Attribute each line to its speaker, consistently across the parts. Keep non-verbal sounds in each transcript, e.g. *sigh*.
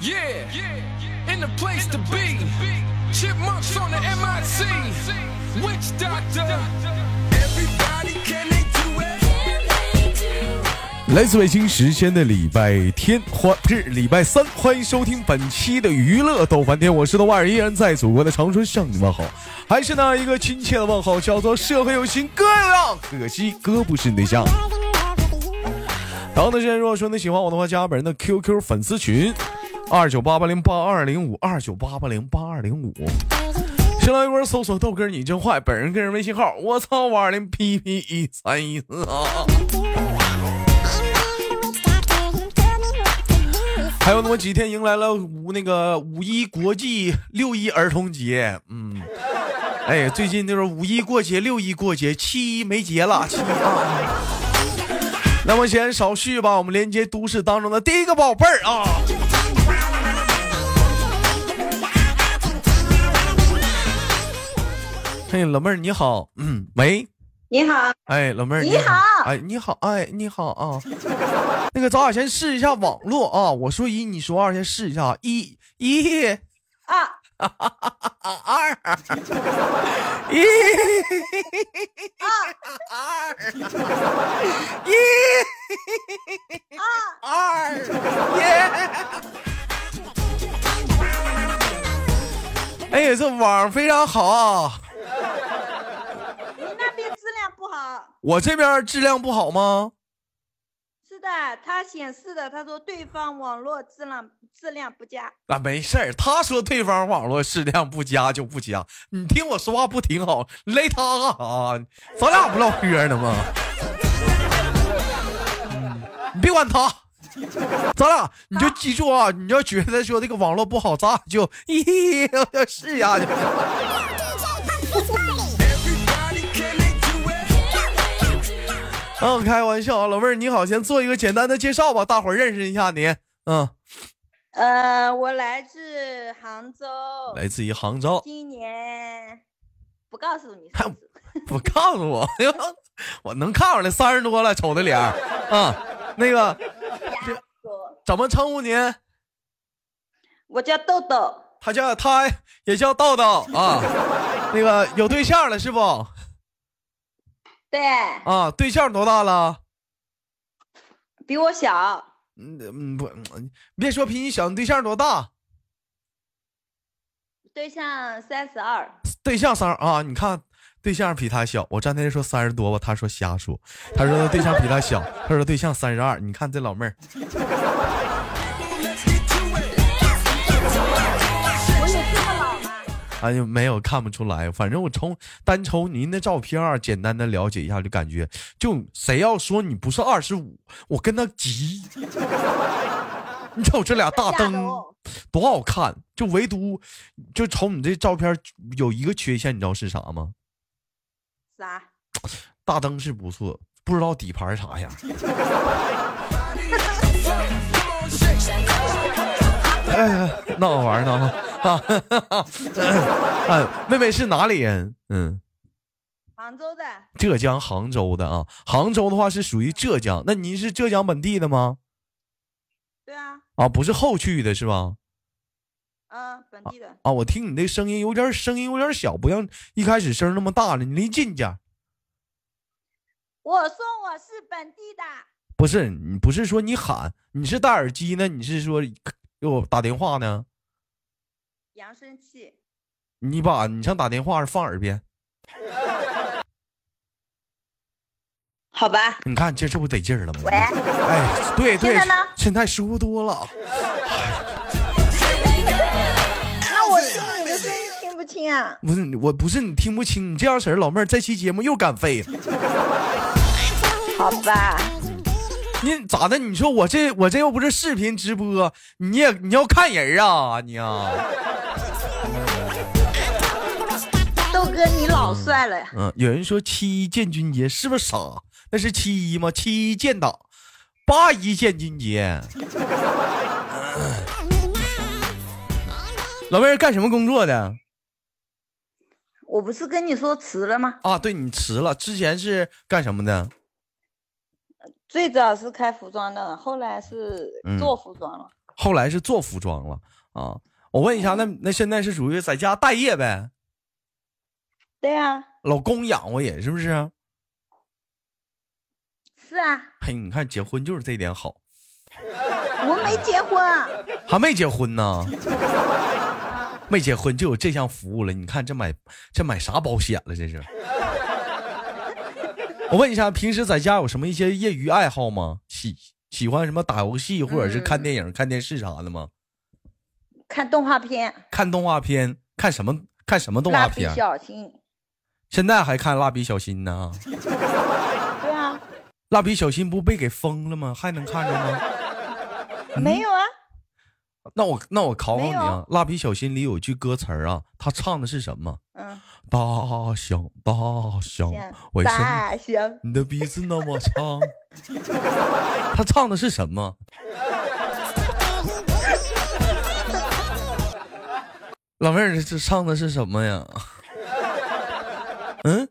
Speaker 1: Yeah, in the place to be. Chipmunks on the MIC. Witch Doctor. Everybody, can they do it?
Speaker 2: 来自北京时间的礼拜天，欢是礼拜三，欢迎收听本期的娱乐逗翻天，我是豆瓣儿，依然在祖国的长春向你问好，还是那一个亲切的问候，叫做社会有情哥有样，啊可惜哥不是你对象。当的时间，如果说你喜欢我的话，加本人的 QQ 粉丝群，二九八八零八二零五二九八八零八二零五。新浪微博搜索豆哥儿你真坏，本人个人微信号我操五二零 P P 一三一四啊。还有那么几天迎来了五那个五一国际六一儿童节，嗯，哎，最近就是五一过节、六一过节、七一没节了，七一啊。那么闲少叙吧，我们连接都市当中的第一个宝贝儿啊。嘿，老妹儿你好，嗯，喂，
Speaker 3: 你好，
Speaker 2: 哎，老妹儿
Speaker 3: 你
Speaker 2: 好，
Speaker 3: 好
Speaker 2: 哎，你好，哎，你好啊。那个，咱俩先试一下网络啊，我说一，你说二，先试一下啊，一一啊
Speaker 3: 啊
Speaker 2: 二一二一二耶！ *laughs* 哎呀，这网非常好啊，
Speaker 3: 你那边质量不好。
Speaker 2: 我这边质量不好吗？
Speaker 3: 是的，它显示的，他说对方网络质量质量不佳。
Speaker 2: 啊，没事儿，他说对方网络质量不佳就不佳，你听我说话不挺好，你勒他干啥？啊咱俩不唠嗑呢吗？嗯你别管他，咱俩你就记住啊，你要觉得说这个网络不好，咱俩就咦试一下去。
Speaker 1: Everybody, can they do it?
Speaker 2: 嗯，开玩笑啊，老妹儿你好，先做一个简单的介绍吧，大伙儿认识一下你。嗯，
Speaker 3: 呃，我来自杭州，
Speaker 2: 来自于杭州，
Speaker 3: 今年不告诉你数字，
Speaker 2: 不告诉我， *laughs* 哎呦我能看出来三十多了，瞅那脸儿啊、那个
Speaker 3: 瞎说。
Speaker 2: 怎么称呼您？
Speaker 3: 我叫豆豆，
Speaker 2: 他叫他也叫道道啊，那个有对象了是不？
Speaker 3: 对，
Speaker 2: 啊，对象多大了？
Speaker 3: 比我小，
Speaker 2: 嗯嗯不，嗯别说比你小，你对象多大？
Speaker 3: 对象三十二。
Speaker 2: 对象三啊，你看对象比他小，我站那说三十多吧，他说瞎说，他说对象比他小，他说对象三十二，你看这老妹儿，
Speaker 3: 我有这么老吗？
Speaker 2: 哎呀没有看不出来，反正我从单瞅您的照片儿，简单的了解一下就感觉，就谁要说你不是二十五，我跟他急。 *laughs* 你瞅这俩大
Speaker 3: 吓
Speaker 2: 灯
Speaker 3: 得。我。
Speaker 2: 多好看，就唯独就瞅你这照片儿有一个缺陷，你知道是啥吗？
Speaker 3: 啥？
Speaker 2: 大灯是不错，不知道底盘啥样。哎呀，闹着玩儿呢啊！ *laughs* 哎，妹妹是哪里人？嗯，
Speaker 3: 杭州的，
Speaker 2: 浙江杭州的啊。杭州的话是属于浙江，那您是浙江本地的吗？
Speaker 3: 对啊，
Speaker 2: 啊，不是后去的是吧？
Speaker 3: 嗯、本地的。
Speaker 2: 啊，我听你这声音有点儿声音有点儿小，不像一开始声儿那么大了。你离近点儿。
Speaker 3: 我说我是本地的，
Speaker 2: 不是你不是说你喊，你是戴耳机呢？你是说给我打电话呢？
Speaker 3: 扬声器。
Speaker 2: 你把你像打电话放耳边，
Speaker 3: 好吧，
Speaker 2: 你看这这不得劲儿了吗？
Speaker 3: 喂，
Speaker 2: 哎，对对，
Speaker 3: 现在呢
Speaker 2: 现在舒服多了。
Speaker 3: 那我听你的声音听不清啊。
Speaker 2: 不是你我不是你听不清，你这样式儿，老妹儿这期节目又敢飞了。
Speaker 3: 好吧，
Speaker 2: 你咋的？你说我这我这又不是视频直播，你也你要看人啊你啊？
Speaker 3: 豆哥你老帅了呀！
Speaker 2: 嗯，有人说七一建军节是不是傻？那是七一吗？七一建党，八一建军节。老妹儿干什么工作的？
Speaker 3: 我不是跟你说辞了吗？
Speaker 2: 啊，对你辞了，之前是干什么的？
Speaker 3: 最早是开服装的，后来是
Speaker 2: 嗯
Speaker 3: 做服装了。
Speaker 2: 后来是做服装了啊。我问一下，那那现在是属于在家待业呗？
Speaker 3: 对啊，
Speaker 2: 老公养活也是不是？
Speaker 3: 是啊，
Speaker 2: 嘿，你看结婚就是这点好，
Speaker 3: 我没结婚啊，
Speaker 2: 还没结婚呢， *laughs* 没结婚就有这项服务了。你看这买这买啥保险了？这是。 *laughs* 我问一下，平时在家有什么一些业余爱好吗？喜喜欢什么打游戏，或者是看电影、看电视啥的吗？
Speaker 3: 看动画片，
Speaker 2: 看动画片，看什么看什么动画
Speaker 3: 蜡笔
Speaker 2: 片？
Speaker 3: 小新，
Speaker 2: 现在还看蜡笔小新呢？
Speaker 3: 对啊，
Speaker 2: 蜡笔小新不被给封了吗？还能看着吗？嗯
Speaker 3: 没有啊，
Speaker 2: 那我那我考考你
Speaker 3: 没
Speaker 2: 啊
Speaker 3: 有，
Speaker 2: 蜡笔小新里有句歌词儿啊，他唱的是什么？
Speaker 3: 嗯，
Speaker 2: 大象大象
Speaker 3: 行，，
Speaker 2: 为什么
Speaker 3: 大象，
Speaker 2: 你的鼻子那么长？ *laughs* 他唱的是什么？老妹儿，这唱的是什么
Speaker 3: *laughs*
Speaker 2: 呀？嗯，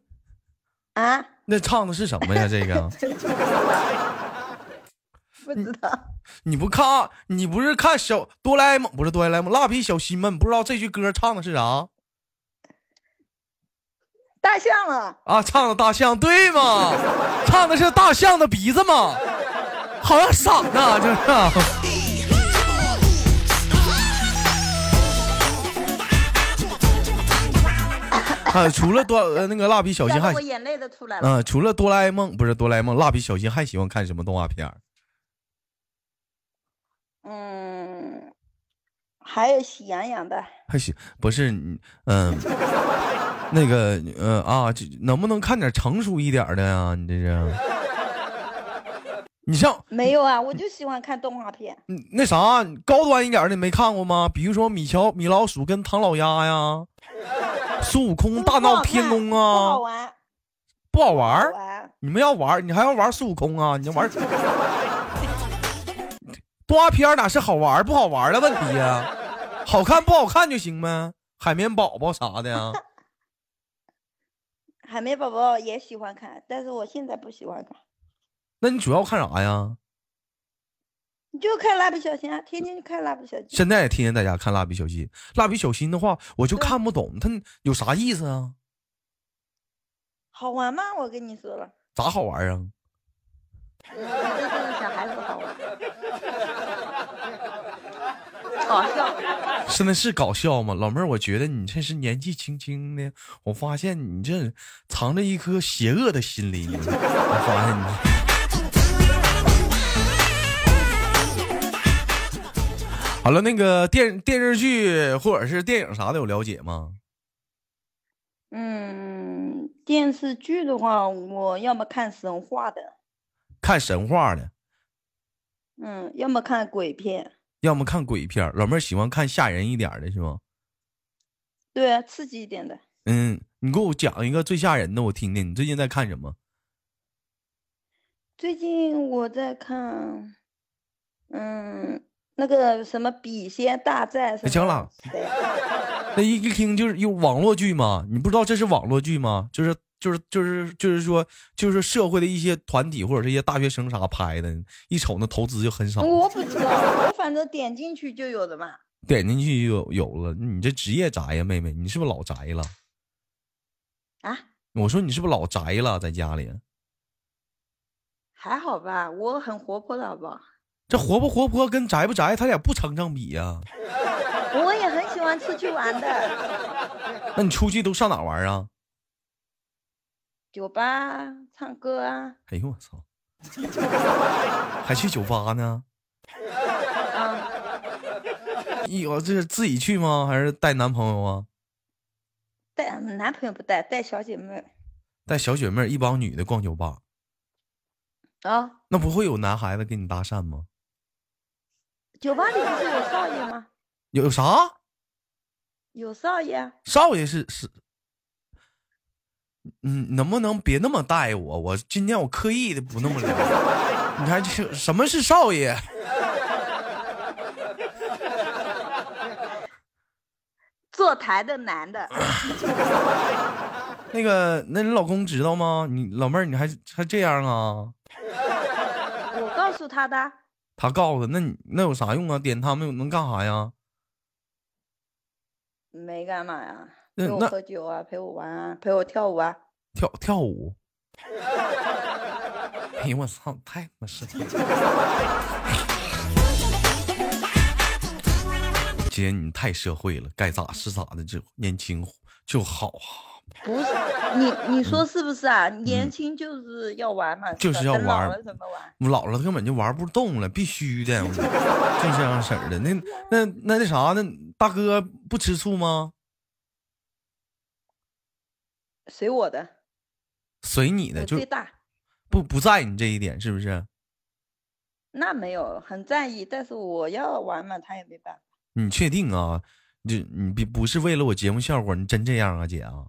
Speaker 3: 啊，
Speaker 2: 那唱的是什么呀？这个
Speaker 3: 不知道，
Speaker 2: 嗯你不看，你不是看小哆啦 A 梦，不是哆啦 A 梦，蜡笔小新吗？你不知道这句歌唱的是啥
Speaker 3: 大象了，
Speaker 2: 啊？唱的大象，对吗？唱的是大象的鼻子吗？好像傻呢，这是、啊，除了哆呃那个蜡笔小
Speaker 3: 笑
Speaker 2: 新还
Speaker 3: 得我眼泪都出来了。
Speaker 2: 嗯、除了哆啦 A 梦不是哆啦 A 梦，蜡笔小新还喜欢看什么动画片儿？
Speaker 3: 嗯，还有喜羊羊的，
Speaker 2: 还行，不是你，嗯、那个，呃啊，这能不能看点成熟一点儿的呀？你这是，你像
Speaker 3: 没有啊，我就喜欢看动画片。
Speaker 2: 嗯那啥高端一点儿的没看过吗？比如说米乔、米老鼠跟唐老鸭呀，孙悟空嗯大闹天宫
Speaker 3: 不好
Speaker 2: 啊，
Speaker 3: 玩，
Speaker 2: 不好玩儿。
Speaker 3: 不好玩。
Speaker 2: 你们要玩儿，你还要玩孙悟空啊？你要玩儿动画片儿哪是好玩儿不好玩儿的问题呀、好看不好看就行呗，海绵宝宝啥的呀。
Speaker 3: 海绵宝宝也喜欢看，但是我现在不喜欢看。
Speaker 2: 那你主要看啥呀？
Speaker 3: 你就看蜡笔小新啊，天天就看蜡笔小新。
Speaker 2: 现在也天天在家看蜡笔小新。蜡笔小新的话，我就看不懂它有啥意思啊？
Speaker 3: 好玩吗？我跟你说了，
Speaker 2: 咋好玩啊？
Speaker 3: 我觉得这个小孩子好玩，搞笑。
Speaker 2: 真的是搞笑吗？老妹儿，我觉得你这是年纪轻轻的，我发现你这藏着一颗邪恶的心理。我发现你。好了，那个电电视剧或者是电影啥的有了解吗？
Speaker 3: 嗯，电视剧的话，我要么看神话的，
Speaker 2: 看神话的，
Speaker 3: 嗯，要么看鬼片，
Speaker 2: 要么看鬼片儿。老妹儿喜欢看吓人一点儿的是吗？
Speaker 3: 对啊，刺激一点的。
Speaker 2: 嗯，你给我讲一个最吓人的，我听听。你最近在看什么？
Speaker 3: 最近我在看，嗯，那个什么《笔仙大战》什么
Speaker 2: 哎行了
Speaker 3: 谁啊
Speaker 2: 那一一听就是有网络剧嘛，你不知道这是网络剧吗？就是就是就是就是说就是社会的一些团体或者是一些大学生啥拍的，一瞅那投资就很少，
Speaker 3: 我不知道，我反正点进去就有的嘛。
Speaker 2: 点进去就有有了。你这职业宅呀，妹妹，你是不是老宅了？
Speaker 3: 啊，
Speaker 2: 我说你是不是老宅了，在家里
Speaker 3: 还好吧，我很活泼的好不好？
Speaker 2: 这活不活泼跟宅不宅，他俩不成正比呀、
Speaker 3: 我也很喜欢出去玩的，
Speaker 2: 那你出去都上哪玩啊？
Speaker 3: 酒吧啊、唱歌啊，
Speaker 2: 哎呦我操，还去酒吧呢？
Speaker 3: 啊，
Speaker 2: 有哎这是自己去吗？还是带男朋友啊？
Speaker 3: 带男朋友不带，带小姐妹儿
Speaker 2: 带小姐妹儿一帮女的逛酒吧？
Speaker 3: 啊。
Speaker 2: 那不会有男孩子跟你搭讪吗？
Speaker 3: 酒吧里不是有少爷吗？
Speaker 2: 有有啥
Speaker 3: 有少爷啊，
Speaker 2: 少爷是是，嗯，能不能别那么带我？我今天我刻意的不那么聊。你看这什么是少爷？
Speaker 3: 坐台的男的，
Speaker 2: 那个，那你老公知道吗？你老妹儿，你还还这样啊？
Speaker 3: 我告诉他的。
Speaker 2: 他告诉他，那你那有啥用啊？点他们能干啥呀？
Speaker 3: 没干嘛呀，
Speaker 2: 那
Speaker 3: 陪我
Speaker 2: 那
Speaker 3: 喝酒啊，陪我玩啊，陪我跳舞啊。
Speaker 2: 跳跳舞。 *laughs* 哎呦我操，太他妈是！ *laughs* 姐，你太社会了，该咋是咋的，就年轻就好啊，
Speaker 3: 不是你，你说是不是啊？年轻就是要玩嘛，
Speaker 2: 嗯就是
Speaker 3: 吧
Speaker 2: 要
Speaker 3: 等老
Speaker 2: 玩
Speaker 3: 了怎么玩？
Speaker 2: 我老了根本就玩不动了，必须的，我就这样式儿的。那那那那啥，那大哥不吃醋吗？
Speaker 3: 随我的，
Speaker 2: 随你
Speaker 3: 我
Speaker 2: 的，就
Speaker 3: 最大。
Speaker 2: 不不在你这一点，是不是？
Speaker 3: 那没有，很在意，但是我要玩嘛，他也没办法。
Speaker 2: 你确定啊？你就你别不是为了我节目效果，你真这样啊，姐啊？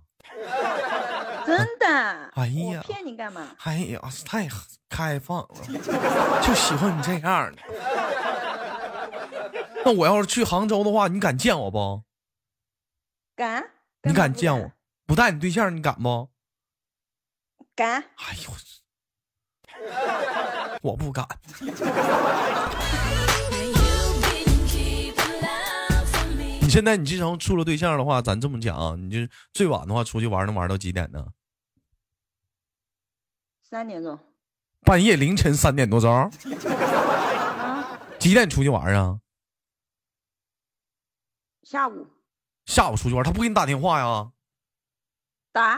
Speaker 3: *laughs* 真的，
Speaker 2: 哎呀
Speaker 3: 我骗你干嘛？
Speaker 2: 哎呀，太开放了，就喜欢你这样的。那我要是去杭州的话，你敢见我不？
Speaker 3: 敢？
Speaker 2: 你
Speaker 3: 干嘛
Speaker 2: 敢
Speaker 3: 不
Speaker 2: 见我？？不带你对象，你敢不？
Speaker 3: 敢？
Speaker 2: 哎呦， *laughs* 我不敢。你现在你自从处了对象的话，咱这么讲啊，你就最晚的话出去玩能玩到几点呢？
Speaker 3: 三点钟
Speaker 2: 半夜凌晨三点多钟，
Speaker 3: 啊，
Speaker 2: 几点出去玩啊？
Speaker 3: 下午
Speaker 2: 下午出去玩，他不给你打电话呀？
Speaker 3: 打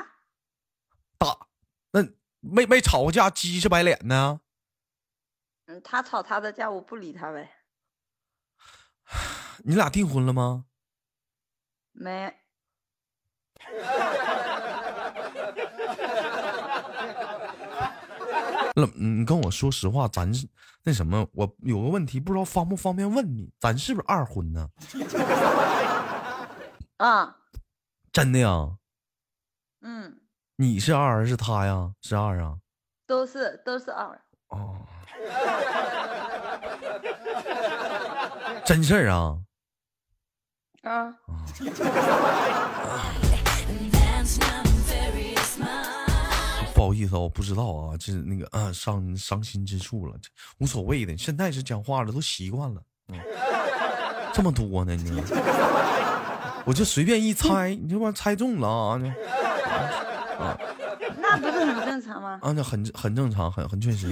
Speaker 2: 打，那没没吵过架，鸡是白脸呢？
Speaker 3: 嗯，他吵他的架，我不理他呗。
Speaker 2: 你俩订婚了吗？
Speaker 3: 没，
Speaker 2: 老，嗯你跟我说实话，咱是那什么，我有个问题，不知道方不方便问你，咱是不是二婚呢？
Speaker 3: 啊，
Speaker 2: 真的呀？
Speaker 3: 嗯，
Speaker 2: 你是二还是他呀？是二啊？
Speaker 3: 都是都是二，
Speaker 2: 哦， *laughs* 真事儿啊？
Speaker 3: 啊，
Speaker 2: 不好意思啊，我不知道啊，这那个啊，伤您伤心之处了，这无所谓的，现在是讲话了，都习惯了，嗯，这么多呢，你知道吗？我就随便一猜，你这玩意儿猜中了啊，那
Speaker 3: 那不是很正
Speaker 2: *laughs*
Speaker 3: 常吗？嗯
Speaker 2: 啊，那很很正常，很很确实。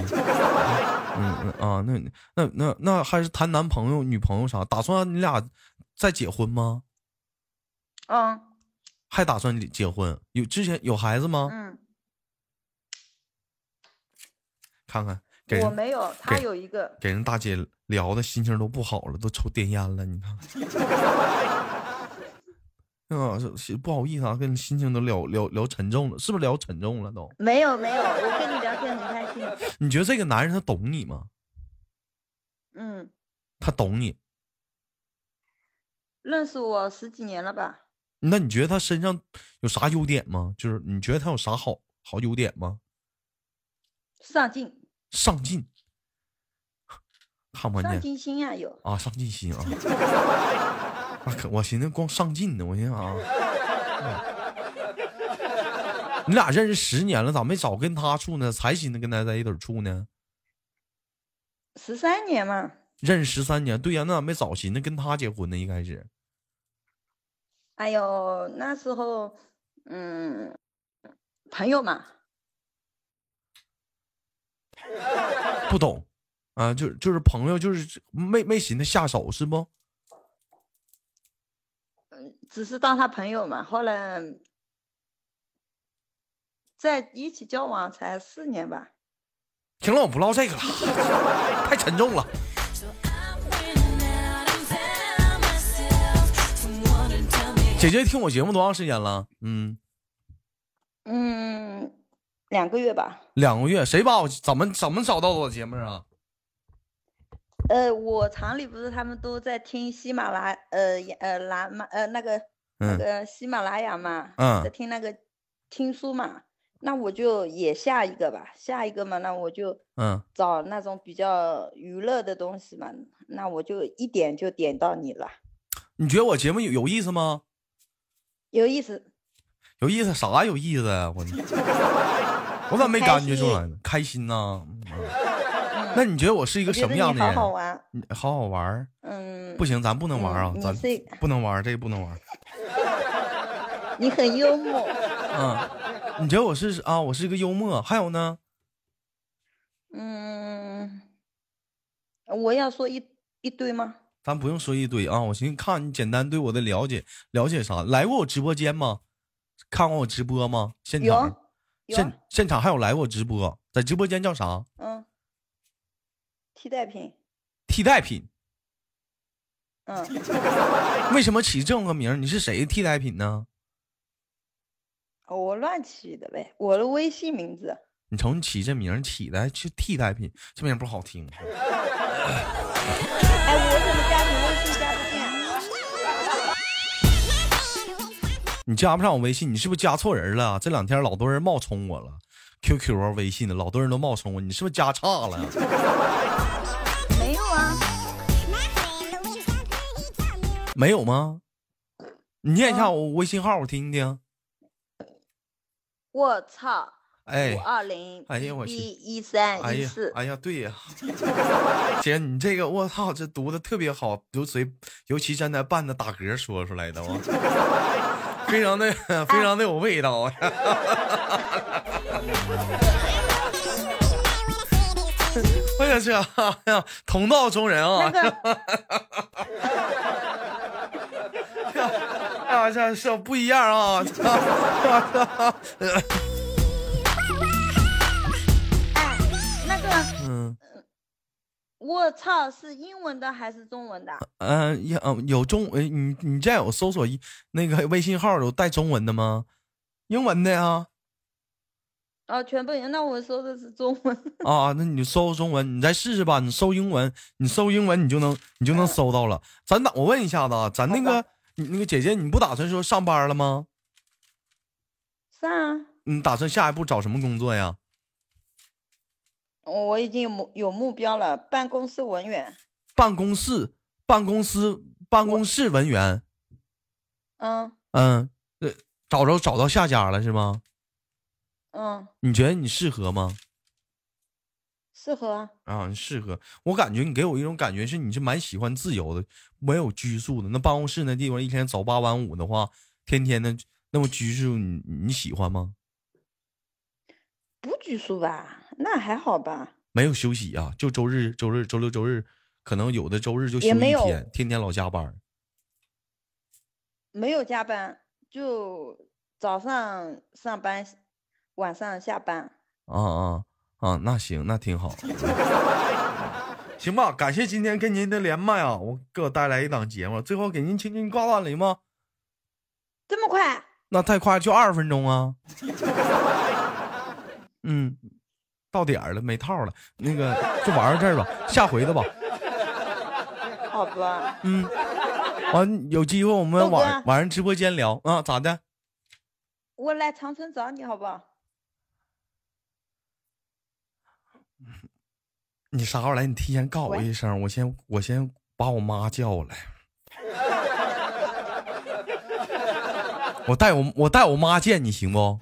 Speaker 2: 嗯嗯啊，那那那那还是谈男朋友、女朋友啥？打算你俩再结婚吗？哦
Speaker 3: 嗯
Speaker 2: 还打算结婚？有之前有孩子吗？
Speaker 3: 嗯，
Speaker 2: 看看给
Speaker 3: 我
Speaker 2: 人
Speaker 3: 没有，他
Speaker 2: 给
Speaker 3: 有一个，
Speaker 2: 给人大姐聊的心情都不好了，都抽点烟了，你看。 *laughs* 啊，是是不好意思啊，跟你心情都聊聊聊沉重了，是不是聊沉重了都？
Speaker 3: 没有没有，我跟你聊天很开心，
Speaker 2: 你觉得这个男人他懂你吗？
Speaker 3: 嗯，
Speaker 2: 他懂你？
Speaker 3: 认识我十几年了吧？
Speaker 2: 那你觉得他身上有啥优点吗？就是你觉得他有啥好好优点吗？
Speaker 3: 上进，
Speaker 2: 上进， *laughs* 看不
Speaker 3: 上
Speaker 2: 看见
Speaker 3: 进心啊有，
Speaker 2: 啊？上进心啊！ *laughs* 那可我寻思光上进呢，我寻思啊，啊你俩认识十年了，咋没早跟他处呢？才寻思跟他在一起处呢？
Speaker 3: 十三年嘛，
Speaker 2: 认识十三年，对呀、那咋没早寻思跟他结婚呢？一开始
Speaker 3: 哎呦，那时候，嗯，朋友嘛，
Speaker 2: 不懂啊，就就是朋友，就是没没寻思下手是不？
Speaker 3: 只是当他朋友嘛，后来在一起交往才四年吧。
Speaker 2: 行了，我不唠这个了， *laughs* 太沉重了。姐姐听我节目多长时间了？嗯，
Speaker 3: 嗯，两个月吧。
Speaker 2: 两个月。谁把我怎么怎么找到我节目啊？
Speaker 3: 呃，我厂里不是他们都在听喜马拉呃也呃拉嘛呃那个那
Speaker 2: 嗯
Speaker 3: 个喜马拉雅嘛，在
Speaker 2: 嗯，
Speaker 3: 听那个听书嘛，那我就也下一个吧，下一个嘛，那我就
Speaker 2: 嗯，
Speaker 3: 找那种比较娱乐的东西嘛，那我就一点就点到你了，
Speaker 2: 你觉得我节目有有意思吗？
Speaker 3: 有意思，
Speaker 2: 有意思啥有意思
Speaker 3: *laughs*
Speaker 2: 呀、我我咋没感觉出来呢？开心呐、嗯
Speaker 3: 嗯
Speaker 2: 那你觉得我是一
Speaker 3: 我
Speaker 2: 个什
Speaker 3: 觉得
Speaker 2: 么
Speaker 3: 你
Speaker 2: 样的
Speaker 3: 好
Speaker 2: 人？
Speaker 3: 好玩，
Speaker 2: 你好好玩儿
Speaker 3: 嗯，
Speaker 2: 不行，咱不能玩儿啊，
Speaker 3: 嗯
Speaker 2: 咱
Speaker 3: 你是
Speaker 2: 不能玩儿，这个不能玩
Speaker 3: *laughs*
Speaker 2: 儿。
Speaker 3: 你很幽默，
Speaker 2: 嗯，你觉得我是啊？我是一个幽默，还有呢？
Speaker 3: 嗯，我要说一一堆吗？
Speaker 2: 咱不用说一堆啊，我寻思看你简单对我的了解，了解啥？来过我直播间吗？看过我直播吗？现
Speaker 3: 有
Speaker 2: 场，
Speaker 3: 有
Speaker 2: 现
Speaker 3: 啊，
Speaker 2: 现场还有来过我直播，在直播间叫啥？
Speaker 3: 嗯，替代品，
Speaker 2: 替代品？
Speaker 3: 嗯，
Speaker 2: 为什么起这么个名儿？你是谁的替代品呢？
Speaker 3: 哦我乱起的呗，我的微信名字，
Speaker 2: 你瞅你起这名儿起的还去替代品，这名儿不好听。
Speaker 3: 哎，我怎么加你微信加不进？
Speaker 2: 你加不上我微信，你是不是加错人了？啊这两天老多人冒充我了，QQ 啊、微信的，老多人都冒充我，你是不是加差了？啊
Speaker 3: 没有啊，
Speaker 2: *laughs* 没有吗？你念一下我微信号，我听听。
Speaker 3: 我操，
Speaker 2: 哎
Speaker 3: 五，二零，
Speaker 2: 哎呀我去
Speaker 3: 一一三
Speaker 2: 哎
Speaker 3: 一
Speaker 2: 呀
Speaker 3: 四，，
Speaker 2: 哎呀，对呀， *laughs* 姐，你这个我操，这读的特别好，尤其尤其刚才伴着打嗝说出来的，我 *laughs* 非常的非常的有味道。啊哎呀，这哎呀， *laughs* 同道中人啊
Speaker 3: 那！
Speaker 2: *laughs*
Speaker 3: 个
Speaker 2: 哎呀，这是不一样
Speaker 3: *laughs*
Speaker 2: 啊！
Speaker 3: 哎那个，
Speaker 2: 嗯
Speaker 3: 我操，是英文的还是中文的？
Speaker 2: 嗯、呀嗯有中，呃你你这有搜索一那个微信号有带中文的吗？英文的呀？
Speaker 3: 哦，全部人，那我说的是中文。
Speaker 2: 啊，那你搜中文，你再试试吧。你搜英文，你搜英文，你就能你就能搜到了。咱打，我问一下子啊，咱那
Speaker 3: 好
Speaker 2: 个你那个姐姐，你不打算说上班了吗？
Speaker 3: 上啊，
Speaker 2: 你打算下一步找什么工作呀？
Speaker 3: 哦我已经有目有目标了，办公室文员。
Speaker 2: 办公室、办公司、办公室文员。
Speaker 3: 嗯
Speaker 2: 嗯，呃，找着找到下家了是吗？
Speaker 3: 嗯，
Speaker 2: 你觉得你适合吗？
Speaker 3: 适合啊。
Speaker 2: 啊，你适合。我感觉你给我一种感觉是你是蛮喜欢自由的，没有拘束的。那办公室那地方一天早八晚五的话，天天的那么拘束，你你喜欢吗？
Speaker 3: 不拘束吧？那还好吧？
Speaker 2: 没有休息啊，就周日、周日、周六、周日，可能有的周日就休
Speaker 3: 也
Speaker 2: 一
Speaker 3: 没有
Speaker 2: 天，天天老加班儿。
Speaker 3: 没有加班，就早上上班，晚上下班。
Speaker 2: 啊啊啊！那行，那挺好。 *laughs* 行吧，感谢今天跟您的连麦啊，我给我带来一档节目，最后给您轻轻挂断铃吗？
Speaker 3: 这么快？
Speaker 2: 那太快，就二十分钟啊。 *laughs* 嗯，到点儿了，没套了，那个就玩到这儿吧，下回的吧。
Speaker 3: 好吧，
Speaker 2: 嗯，完、有机会我们
Speaker 3: 豆哥
Speaker 2: 晚晚上直播间聊啊，咋的？
Speaker 3: *laughs* 我来长春找你好不好？
Speaker 2: 你啥时候来？你提前告我
Speaker 3: 喂
Speaker 2: 一声，我先我先把我妈叫来。我带我我带我妈见你行不？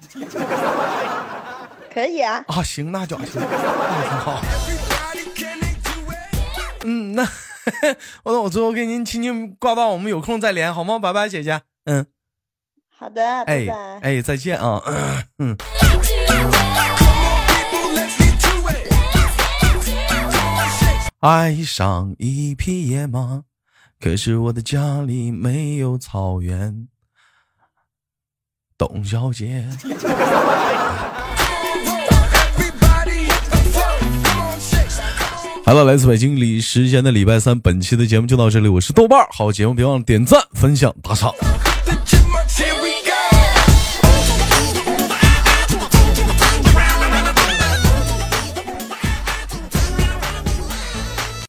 Speaker 3: 可以啊。
Speaker 2: 啊，行，那就行，那挺好。
Speaker 1: Everybody can they do it?
Speaker 2: 嗯，那我我最后给您轻轻挂断，我们有空再连好吗？拜拜，姐姐。嗯，
Speaker 3: 好的，拜
Speaker 2: 哎
Speaker 3: 拜。
Speaker 2: 哎，再见啊。嗯。
Speaker 1: People, let's get to it.
Speaker 2: 爱上一匹野马，可是我的家里没有草原。董小姐， *laughs*
Speaker 1: Everybody hit the floor. Come on, shake. Come on.
Speaker 2: 好了，来自北京里时间的礼拜三，本期的节目就到这里，我是豆瓣儿，好节目别忘了点赞、分享、打赏。
Speaker 1: The chipmunks, here we go.